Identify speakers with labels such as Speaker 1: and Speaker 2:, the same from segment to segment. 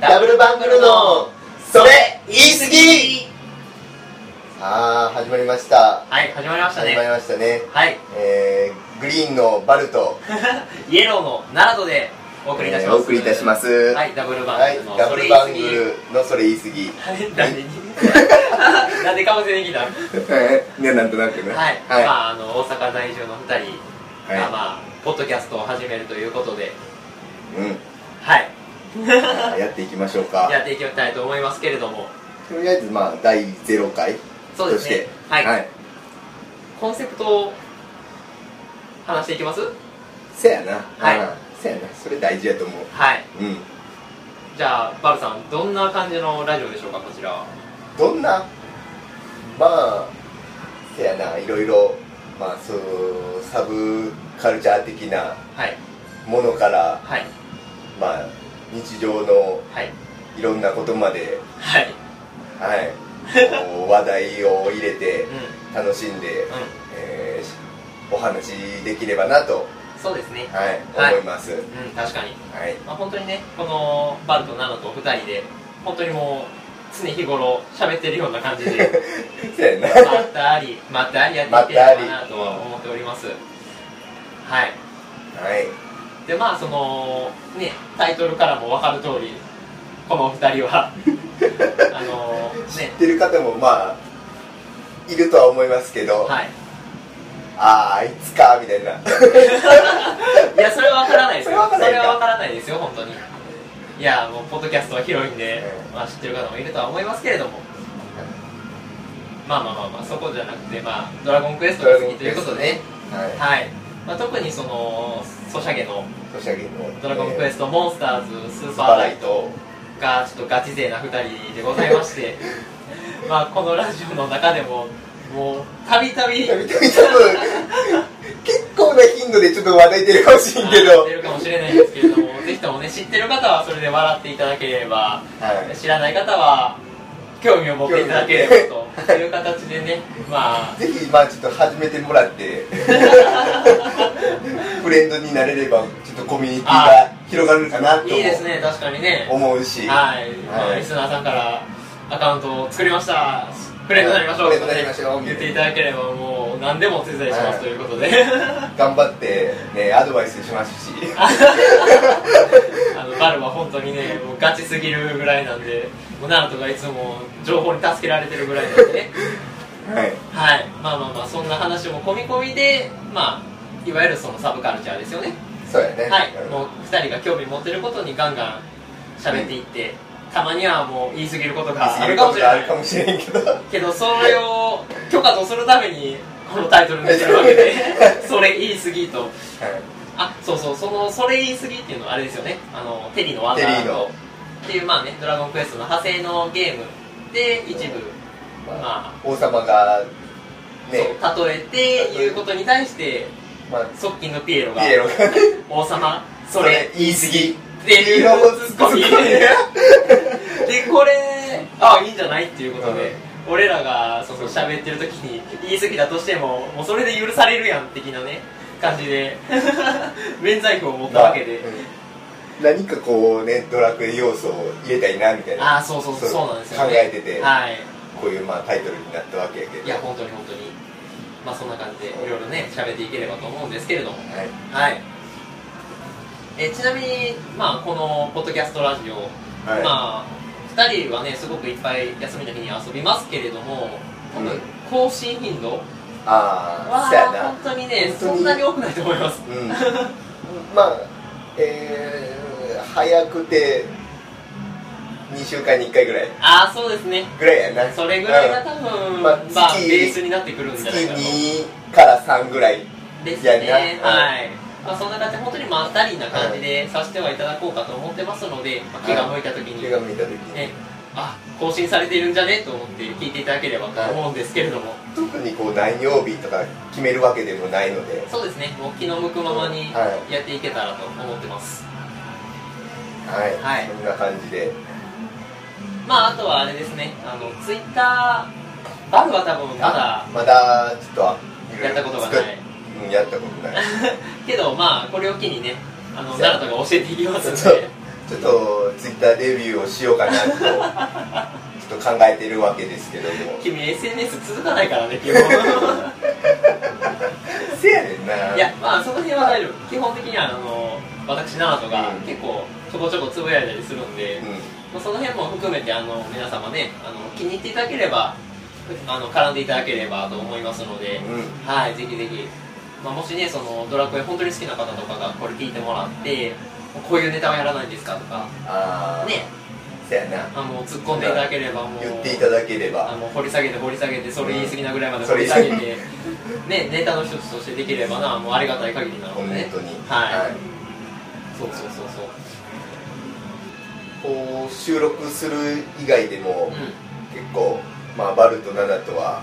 Speaker 1: ダブルバングルのそれ言い過ぎああ始まりました
Speaker 2: はい始まりました
Speaker 1: 始ま
Speaker 2: ね
Speaker 1: りましたね
Speaker 2: はい
Speaker 1: えー、グリーンのバルト
Speaker 2: イエローのナラドでお送りいたします、
Speaker 1: えーお送りいたします
Speaker 2: はいダブルバ
Speaker 1: は
Speaker 2: ン
Speaker 1: い
Speaker 2: グルの
Speaker 1: ダ
Speaker 2: そ
Speaker 1: ブ
Speaker 2: れ言
Speaker 1: ル
Speaker 2: い
Speaker 1: バ
Speaker 2: 過
Speaker 1: ン
Speaker 2: ぎ
Speaker 1: グルのそれ言い過ぎ
Speaker 2: はいなんでなんでかぶせてきたはい、
Speaker 1: ねなんとなくね
Speaker 2: まああの大阪在住の二人が、
Speaker 1: は
Speaker 2: ま
Speaker 1: い
Speaker 2: あポッドキャストを始めるということで
Speaker 1: うん
Speaker 2: はい
Speaker 1: やっていきましょうか
Speaker 2: やっていきたいと思いますけれども
Speaker 1: とりあえずまあ第0回
Speaker 2: そう
Speaker 1: と
Speaker 2: です
Speaker 1: し
Speaker 2: ね
Speaker 1: て
Speaker 2: はい、コンセプトを話していきます
Speaker 1: せやな
Speaker 2: はい
Speaker 1: うんせやなそれ大事やと思う
Speaker 2: はい
Speaker 1: うん
Speaker 2: じゃあバルさんどんな感じのラジオでしょうかこちらは
Speaker 1: どんなまあせやないろいろまあそうサブカルチャー的な
Speaker 2: はい
Speaker 1: ものから
Speaker 2: はい
Speaker 1: まあ日常の
Speaker 2: はい
Speaker 1: いろんなことまで
Speaker 2: はい
Speaker 1: はいこう 話題を入れて
Speaker 2: うん
Speaker 1: 楽しんで、
Speaker 2: うん
Speaker 1: えーしお話しできればなと、
Speaker 2: そうですね
Speaker 1: はい
Speaker 2: はい
Speaker 1: 思いますは
Speaker 2: うん確かに、
Speaker 1: い
Speaker 2: まあ、本当にねこのバルとナナと2人で本当にもう常日頃喋ってるような感じで
Speaker 1: せやな
Speaker 2: まったりまったりやっていければなとは思っておりますはい
Speaker 1: はい
Speaker 2: でまあそのねタイトルからも分かる通りこの2人はあの
Speaker 1: 知っ
Speaker 2: ね
Speaker 1: てる方もまあいるとは思いますけど、
Speaker 2: はい
Speaker 1: あああいつかみたいない
Speaker 2: やそれは分からないですよ
Speaker 1: そ
Speaker 2: そ
Speaker 1: れ
Speaker 2: れ
Speaker 1: は分からないか
Speaker 2: は分からないですよ本当にいやもうポッドキャストは広いんで、まあ、知ってる方もいるとは思いますけれどもまあまあまあまあそこじゃなくてまあドラゴンクエストが好き ということでね
Speaker 1: は
Speaker 2: は
Speaker 1: い
Speaker 2: い、まあ、特にそのソシャゲの
Speaker 1: ソシャゲの
Speaker 2: 「ドラゴンクエ
Speaker 1: ス
Speaker 2: ストモンスターズスー
Speaker 1: ト
Speaker 2: パーライト」がちょっとガチ勢な2人でございまして まあこのラジオの中でももうたびたび
Speaker 1: 多分結構な頻度でちょっと話題出るかもしれんけど
Speaker 2: 出るかもしれないんですけれどもぜひともね知ってる方はそれで笑っていただければ
Speaker 1: はい
Speaker 2: 知らない方は興味を持っていただければという形でねまあ
Speaker 1: ぜひまあちょっと始めてもらって フレンドになれればちょっとコミュニティが広がるかなとも
Speaker 2: いいですね確かにね
Speaker 1: 思うし
Speaker 2: はい、ま
Speaker 1: は
Speaker 2: あ、
Speaker 1: い
Speaker 2: リスナーさんからアカウントを作りましたフレンドになりましょう
Speaker 1: フレンドになりましょう
Speaker 2: 言っていただければもう何でもお手伝いしま
Speaker 1: はい
Speaker 2: すということで
Speaker 1: 頑張ってねアドバイスしますし
Speaker 2: あのバルは本当にねもうガチすぎるぐらいなんでもうナナとかいつも情報に助けられてるぐらいなんでね
Speaker 1: はい
Speaker 2: はい、まあまあまあそんな話も込み込みで、まあ、いわゆるそのサブカルチャーですよね、
Speaker 1: そうやね
Speaker 2: はい、
Speaker 1: うん
Speaker 2: もう2人が興味持ってることにガンガン喋っていって、たまにはもう言い過ぎること
Speaker 1: 言い
Speaker 2: が
Speaker 1: 過
Speaker 2: あ
Speaker 1: ぎ
Speaker 2: る
Speaker 1: る
Speaker 2: か
Speaker 1: こ
Speaker 2: も
Speaker 1: と
Speaker 2: しれ
Speaker 1: があ
Speaker 2: な
Speaker 1: る
Speaker 2: い
Speaker 1: かもしれんけど
Speaker 2: けどそれを許可とするためにこのタイトルにしてるわけ でそれ言い過ぎとあそうそうそのそれ言い過ぎっていうのはあれですよねあのテリーのワンダーランド
Speaker 1: テ
Speaker 2: っていうまあねドラゴンクエストの派生のゲームで一部、ま
Speaker 1: 王様がね
Speaker 2: そう例えて言うことに対して
Speaker 1: まあ
Speaker 2: 側近のピエロが
Speaker 1: ピエロがね
Speaker 2: 王様それ
Speaker 1: 言い過ぎ
Speaker 2: っていう
Speaker 1: の
Speaker 2: ツッコ ミ でこれあいいんじゃないっていうことで、俺らがその喋ってる時に言い過ぎだとしてももうそれで許されるやん的なね感じ で免罪符を持ったわけで、
Speaker 1: 何かこうねドラクエ要素を入れたいなみたいな
Speaker 2: ああそうそうそう
Speaker 1: そう
Speaker 2: なんですよ、ね、
Speaker 1: 考えてて
Speaker 2: はい
Speaker 1: こういうまあタイトルになったわけやけど
Speaker 2: いや本当に本当にまあそんな感じでいろいろね喋っていければと思うんですけれども
Speaker 1: はい
Speaker 2: はいえちなみに、まあ、このポッドキャストラジオ
Speaker 1: は
Speaker 2: ま
Speaker 1: い
Speaker 2: あ2人はねすごくいっぱい休みの日に遊びますけれども多
Speaker 1: うん
Speaker 2: 分更新頻度
Speaker 1: ああ
Speaker 2: は
Speaker 1: そうやな
Speaker 2: 本当にね
Speaker 1: 本当に
Speaker 2: そんなに多くないと思います
Speaker 1: うんまあえー、早くて2週間に1回ぐらい
Speaker 2: ああそうですね
Speaker 1: ぐらいやな
Speaker 2: それぐらいが多
Speaker 1: う
Speaker 2: 分
Speaker 1: ん
Speaker 2: ま
Speaker 1: まあ
Speaker 2: あ
Speaker 1: 月
Speaker 2: ベースになってくるんじ
Speaker 1: 月
Speaker 2: ゃないかと
Speaker 1: 2から3ぐらい
Speaker 2: です
Speaker 1: や
Speaker 2: ね
Speaker 1: な
Speaker 2: はい、まあ、そんな感じで本当にまったりな感じでさせてはいただこうかと思ってますので、まあ気が向いた時に
Speaker 1: 気が向いた時に、
Speaker 2: ね、あ更新されてるんじゃねと思って聞いていただければと思うんですけれども、
Speaker 1: 特にこう何曜日とか決めるわけでもないので
Speaker 2: そうですねもう気の向くままに
Speaker 1: は
Speaker 2: やっていけたらと思ってます、
Speaker 1: はい、
Speaker 2: はい
Speaker 1: そんな感じで
Speaker 2: まああとはあれですねあのツイッターバルは多分まだ
Speaker 1: まだちょっといろ
Speaker 2: やっ
Speaker 1: いろ
Speaker 2: たことが
Speaker 1: 作っ
Speaker 2: ない
Speaker 1: うん、やったことない
Speaker 2: けどまあこれを機にねあの
Speaker 1: そうや
Speaker 2: 奈良とが教えていきますんで
Speaker 1: ちょっとツイッターデビューをしよう かなとちょっと考えてるわけですけども
Speaker 2: 君 SNS 続かない からね基本
Speaker 1: せやねんない
Speaker 2: やまあその辺は大丈夫基本的にはあの私ナナとか
Speaker 1: うん
Speaker 2: 結構ちょこちょこつぶやいたりするんで、
Speaker 1: う
Speaker 2: まあ、その辺も含めてあの皆様ねあの気に入っていただければあの絡んでいただければと思いますので、
Speaker 1: ん、うん、
Speaker 2: はいぜひぜひ、まあ、もしねそのドラクエ本当に好きな方とかがこれ聞いてもらってこういうネタはやらないんですかとか
Speaker 1: ああ
Speaker 2: ね
Speaker 1: せやな
Speaker 2: あの突っ込んでいただければもう
Speaker 1: 言っていただけれ
Speaker 2: あ
Speaker 1: ば
Speaker 2: の掘り下げて掘り下げてそれ言い過ぎなぐらいまで掘り下げ
Speaker 1: そ
Speaker 2: て、ね、ネタの一つとしてできればなもうありがたい限りなの
Speaker 1: 本
Speaker 2: で
Speaker 1: 当
Speaker 2: ね
Speaker 1: に
Speaker 2: はい、
Speaker 1: はい
Speaker 2: そうそうそうそ
Speaker 1: こう収録する以外でも
Speaker 2: ううんうん
Speaker 1: 結構まあバルとナナとは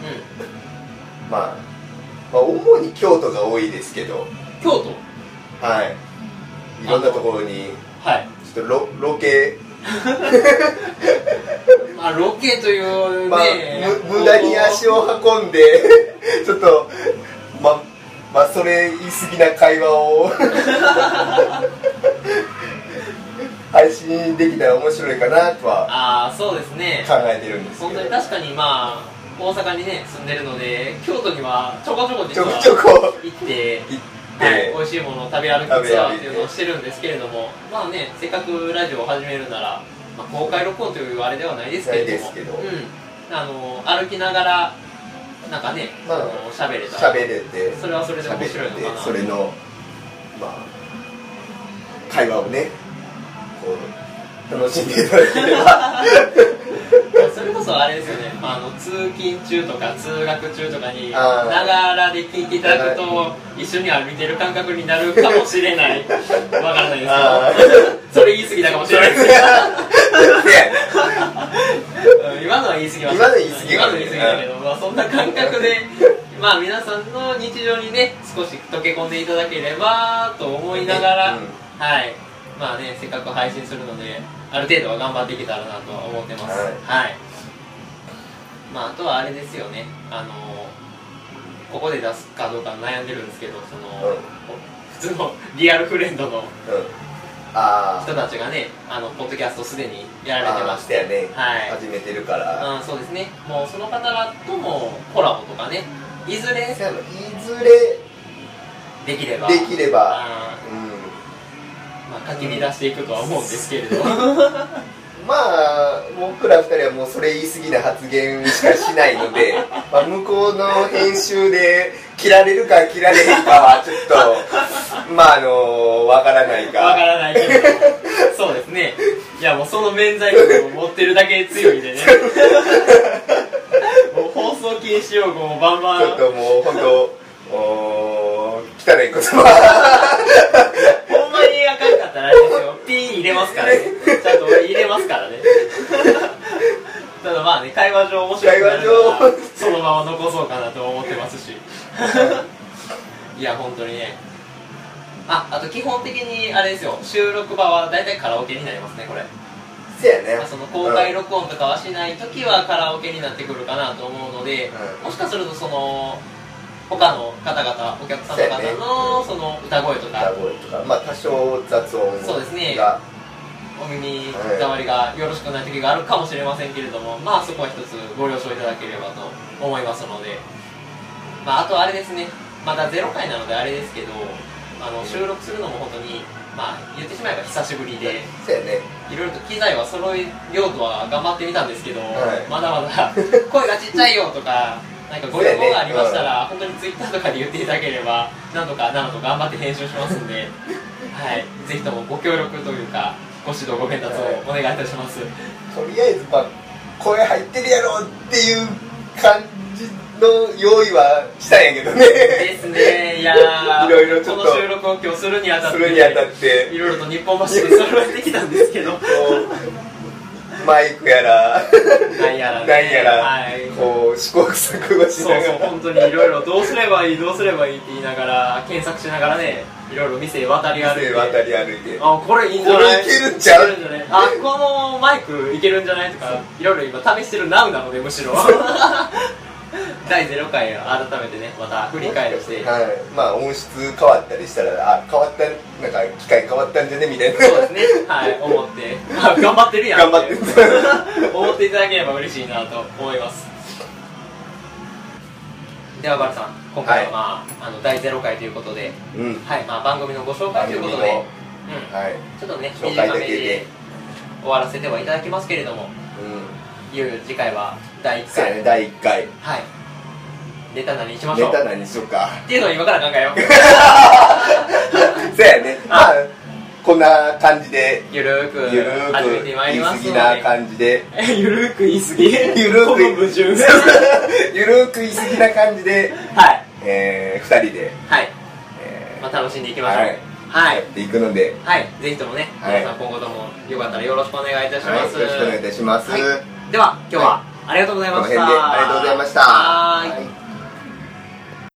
Speaker 1: まあまあ主に京都が多いですけど
Speaker 2: 京都
Speaker 1: はいいろんなところに
Speaker 2: はい
Speaker 1: ちょっとロロケ
Speaker 2: まあロケというね、
Speaker 1: まあ、む無駄に足を運んで ちょっとままあそれ言い過ぎな会話を 配信できたら面白いかなとは
Speaker 2: ああそうですね
Speaker 1: 考えてるんですけ
Speaker 2: 本
Speaker 1: ど
Speaker 2: 当に確かにまあ大阪にね住んでるので京都にはちょこちょこ
Speaker 1: ち
Speaker 2: 実
Speaker 1: ょ
Speaker 2: は
Speaker 1: こちょこ
Speaker 2: 行って
Speaker 1: 行っ
Speaker 2: はい、
Speaker 1: て、
Speaker 2: 美味しいものを食べ歩くツアーっていうのをしてるんですけれども、まあね、せっかくラジオを始めるなら、まあ、公開録音というあれではないですけれども、
Speaker 1: ないですけど
Speaker 2: うん、あの歩きながら、なんかね、
Speaker 1: まあ
Speaker 2: あの喋れたら、
Speaker 1: 喋れて
Speaker 2: それはそれで
Speaker 1: 喋
Speaker 2: 面
Speaker 1: れ
Speaker 2: 白いのかな。
Speaker 1: てそれのまあ会話をねこう楽しんでいただければ
Speaker 2: それこそあれですよね、まあ、あの通勤中とか通学中とかに
Speaker 1: あー
Speaker 2: ながらで聞いていただくと一緒に歩いてる感覚になるかもしれ ないわからない
Speaker 1: あ
Speaker 2: ですけど それ言い過ぎたかもしれないですけど
Speaker 1: せやね
Speaker 2: うん今のは言い過ぎまし
Speaker 1: 今のは言い過ぎ
Speaker 2: 今のは言い過ぎだけど、まあ、そんな感覚でまあ皆さんの日常にね少し溶け込んでいただければと思いながら、
Speaker 1: うん
Speaker 2: はいまあねせっかく配信するのである程度は頑張っていけたらなとは思ってます
Speaker 1: は
Speaker 2: はいい、まああとはあれですよねあのここで出すかどうか悩んでるんですけどその、
Speaker 1: うん
Speaker 2: 普通のリアルフレンドの
Speaker 1: うんあ
Speaker 2: 人たちがねあのポッドキャストすでに
Speaker 1: あ
Speaker 2: やられてまして
Speaker 1: たよね、
Speaker 2: はい
Speaker 1: 始めてるから、
Speaker 2: うん、そうですね、もうその方らともコラボとかね、いずれ
Speaker 1: せやないずれ
Speaker 2: できれば、
Speaker 1: できれば、
Speaker 2: あー
Speaker 1: う
Speaker 2: まあ、かき乱していくとは思うんですけれど、
Speaker 1: ん、まあ僕ら二人はもうそれ言い過ぎな発言しかしないので まあ向こうの編集で切られるか切られへんかはちょっと まああのわからないが
Speaker 2: わからないけど、そうですね、いや、もうその免罪力を持ってるだけ強いんで ね、もう放送禁止用語もバンバン、
Speaker 1: ちょっともう本当おー汚い 言葉
Speaker 2: ほんまにあかんかったらあれですよ、ピー入れますからね、ちゃんと俺入れますからね。ただまあね、会話上面白くなるか
Speaker 1: 会
Speaker 2: ら
Speaker 1: 話上
Speaker 2: そのまま残そうかなと思ってますしいや本当にねああと基本的にあれですよ収録場は大体カラオケになりますねこれ、
Speaker 1: せやね
Speaker 2: まあ、その公開録音とかはしない時はカラオケになってくるかなと思うので、
Speaker 1: うん
Speaker 2: もしかするとその他の方々お客さんの方
Speaker 1: そうやね
Speaker 2: のその歌声と
Speaker 1: 歌
Speaker 2: か
Speaker 1: 声とかまあ多少雑音が
Speaker 2: そうですねお耳障りがよろしくない時があるかもしれませんけれども、まあそこは一つご了承いただければと思いますので、まあ、あとあれですね、まだゼロ回なのであれですけど、あの収録するのも本当に、まあ、言ってしまえば久しぶりで、
Speaker 1: せやね
Speaker 2: いろいろと機材は揃えようとは頑張ってみたんですけど、
Speaker 1: はい
Speaker 2: まだまだ 声がちっちゃいよとか、なんかご要望がありましたら、本当にツイッターとかで言っていただければ、なんとかなんとか頑張って編集しますん で、はい、ぜひともご協力というか、ご指導、ご鞭達をお願いいたし ます。
Speaker 1: とりあえずまあ声入ってるやろっていう感じの用意はしたんやけどね
Speaker 2: ですね、いやー
Speaker 1: いろいろちょっと
Speaker 2: この収録を今日するにあたっ
Speaker 1: そ
Speaker 2: て、
Speaker 1: れにあたっ
Speaker 2: い
Speaker 1: て
Speaker 2: ろいろと日本橋で揃えてきたんですけど
Speaker 1: こ、うマイクやら
Speaker 2: なんやらね、
Speaker 1: 何やら
Speaker 2: はい、
Speaker 1: こう試行錯誤し
Speaker 2: そう
Speaker 1: な
Speaker 2: そう
Speaker 1: がら
Speaker 2: 本当にいろいろどうすればいいどうすればいいって言いながら検索しながらねいろいろ店へ渡り歩いて
Speaker 1: 渡り歩いて
Speaker 2: あこれいいんじゃない
Speaker 1: これいけるんちゃう
Speaker 2: いけるんじゃないあこ のマイクいけるんじゃないとかいろいろ今試してるナウなのでむしろは第0回を改めてねまた振り返して
Speaker 1: はい、まあ音質変わったりしたらあ変わったなんか機械変わったんじゃねみたいな
Speaker 2: そうですねはい思ってあ頑張ってるやん
Speaker 1: 頑張って
Speaker 2: る思っていただければ嬉しいなと思いますではバルさん今回は、まああの第0回ということで、
Speaker 1: うん
Speaker 2: はいまあ、番組のご紹介ということで、
Speaker 1: 番
Speaker 2: うん
Speaker 1: はい、
Speaker 2: ちょっとね、
Speaker 1: 紹
Speaker 2: 短
Speaker 1: 介だけ
Speaker 2: め
Speaker 1: で
Speaker 2: で終わらせてはいただきますけれども、
Speaker 1: う
Speaker 2: いよいよ次回は第
Speaker 1: ん、
Speaker 2: 1
Speaker 1: そうや
Speaker 2: 回、
Speaker 1: ね第1回
Speaker 2: はい、ネタ何にしましょ
Speaker 1: ネ
Speaker 2: う
Speaker 1: タ何にしようか
Speaker 2: っていうのを今から考え よう。
Speaker 1: そうやねまあこんな感じで
Speaker 2: ゆるーく
Speaker 1: ゆるー
Speaker 2: 始め
Speaker 1: く
Speaker 2: てまい
Speaker 1: 言
Speaker 2: り
Speaker 1: い
Speaker 2: ま
Speaker 1: 過
Speaker 2: す
Speaker 1: ぎ
Speaker 2: の
Speaker 1: な
Speaker 2: で、
Speaker 1: 感じで
Speaker 2: ゆるーく言い過ぎ、
Speaker 1: ゆるー
Speaker 2: こ
Speaker 1: く
Speaker 2: の矛盾
Speaker 1: ゆるく言い過ぎな感じで、
Speaker 2: はい、
Speaker 1: えー、2人で、
Speaker 2: はい、
Speaker 1: え
Speaker 2: まあ、楽しんでいき
Speaker 1: ー
Speaker 2: ましょう。
Speaker 1: はい
Speaker 2: はい
Speaker 1: やっていくので、
Speaker 2: はい、ぜひともね、
Speaker 1: はい
Speaker 2: 皆さん今後ともよかったらよろしくお願いいたし
Speaker 1: はい、
Speaker 2: ま
Speaker 1: よろ
Speaker 2: す。
Speaker 1: しくお願いいたします、
Speaker 2: はいでは、今日は、ありがとうございました。
Speaker 1: この辺でありがとうございました
Speaker 2: はーい
Speaker 1: はい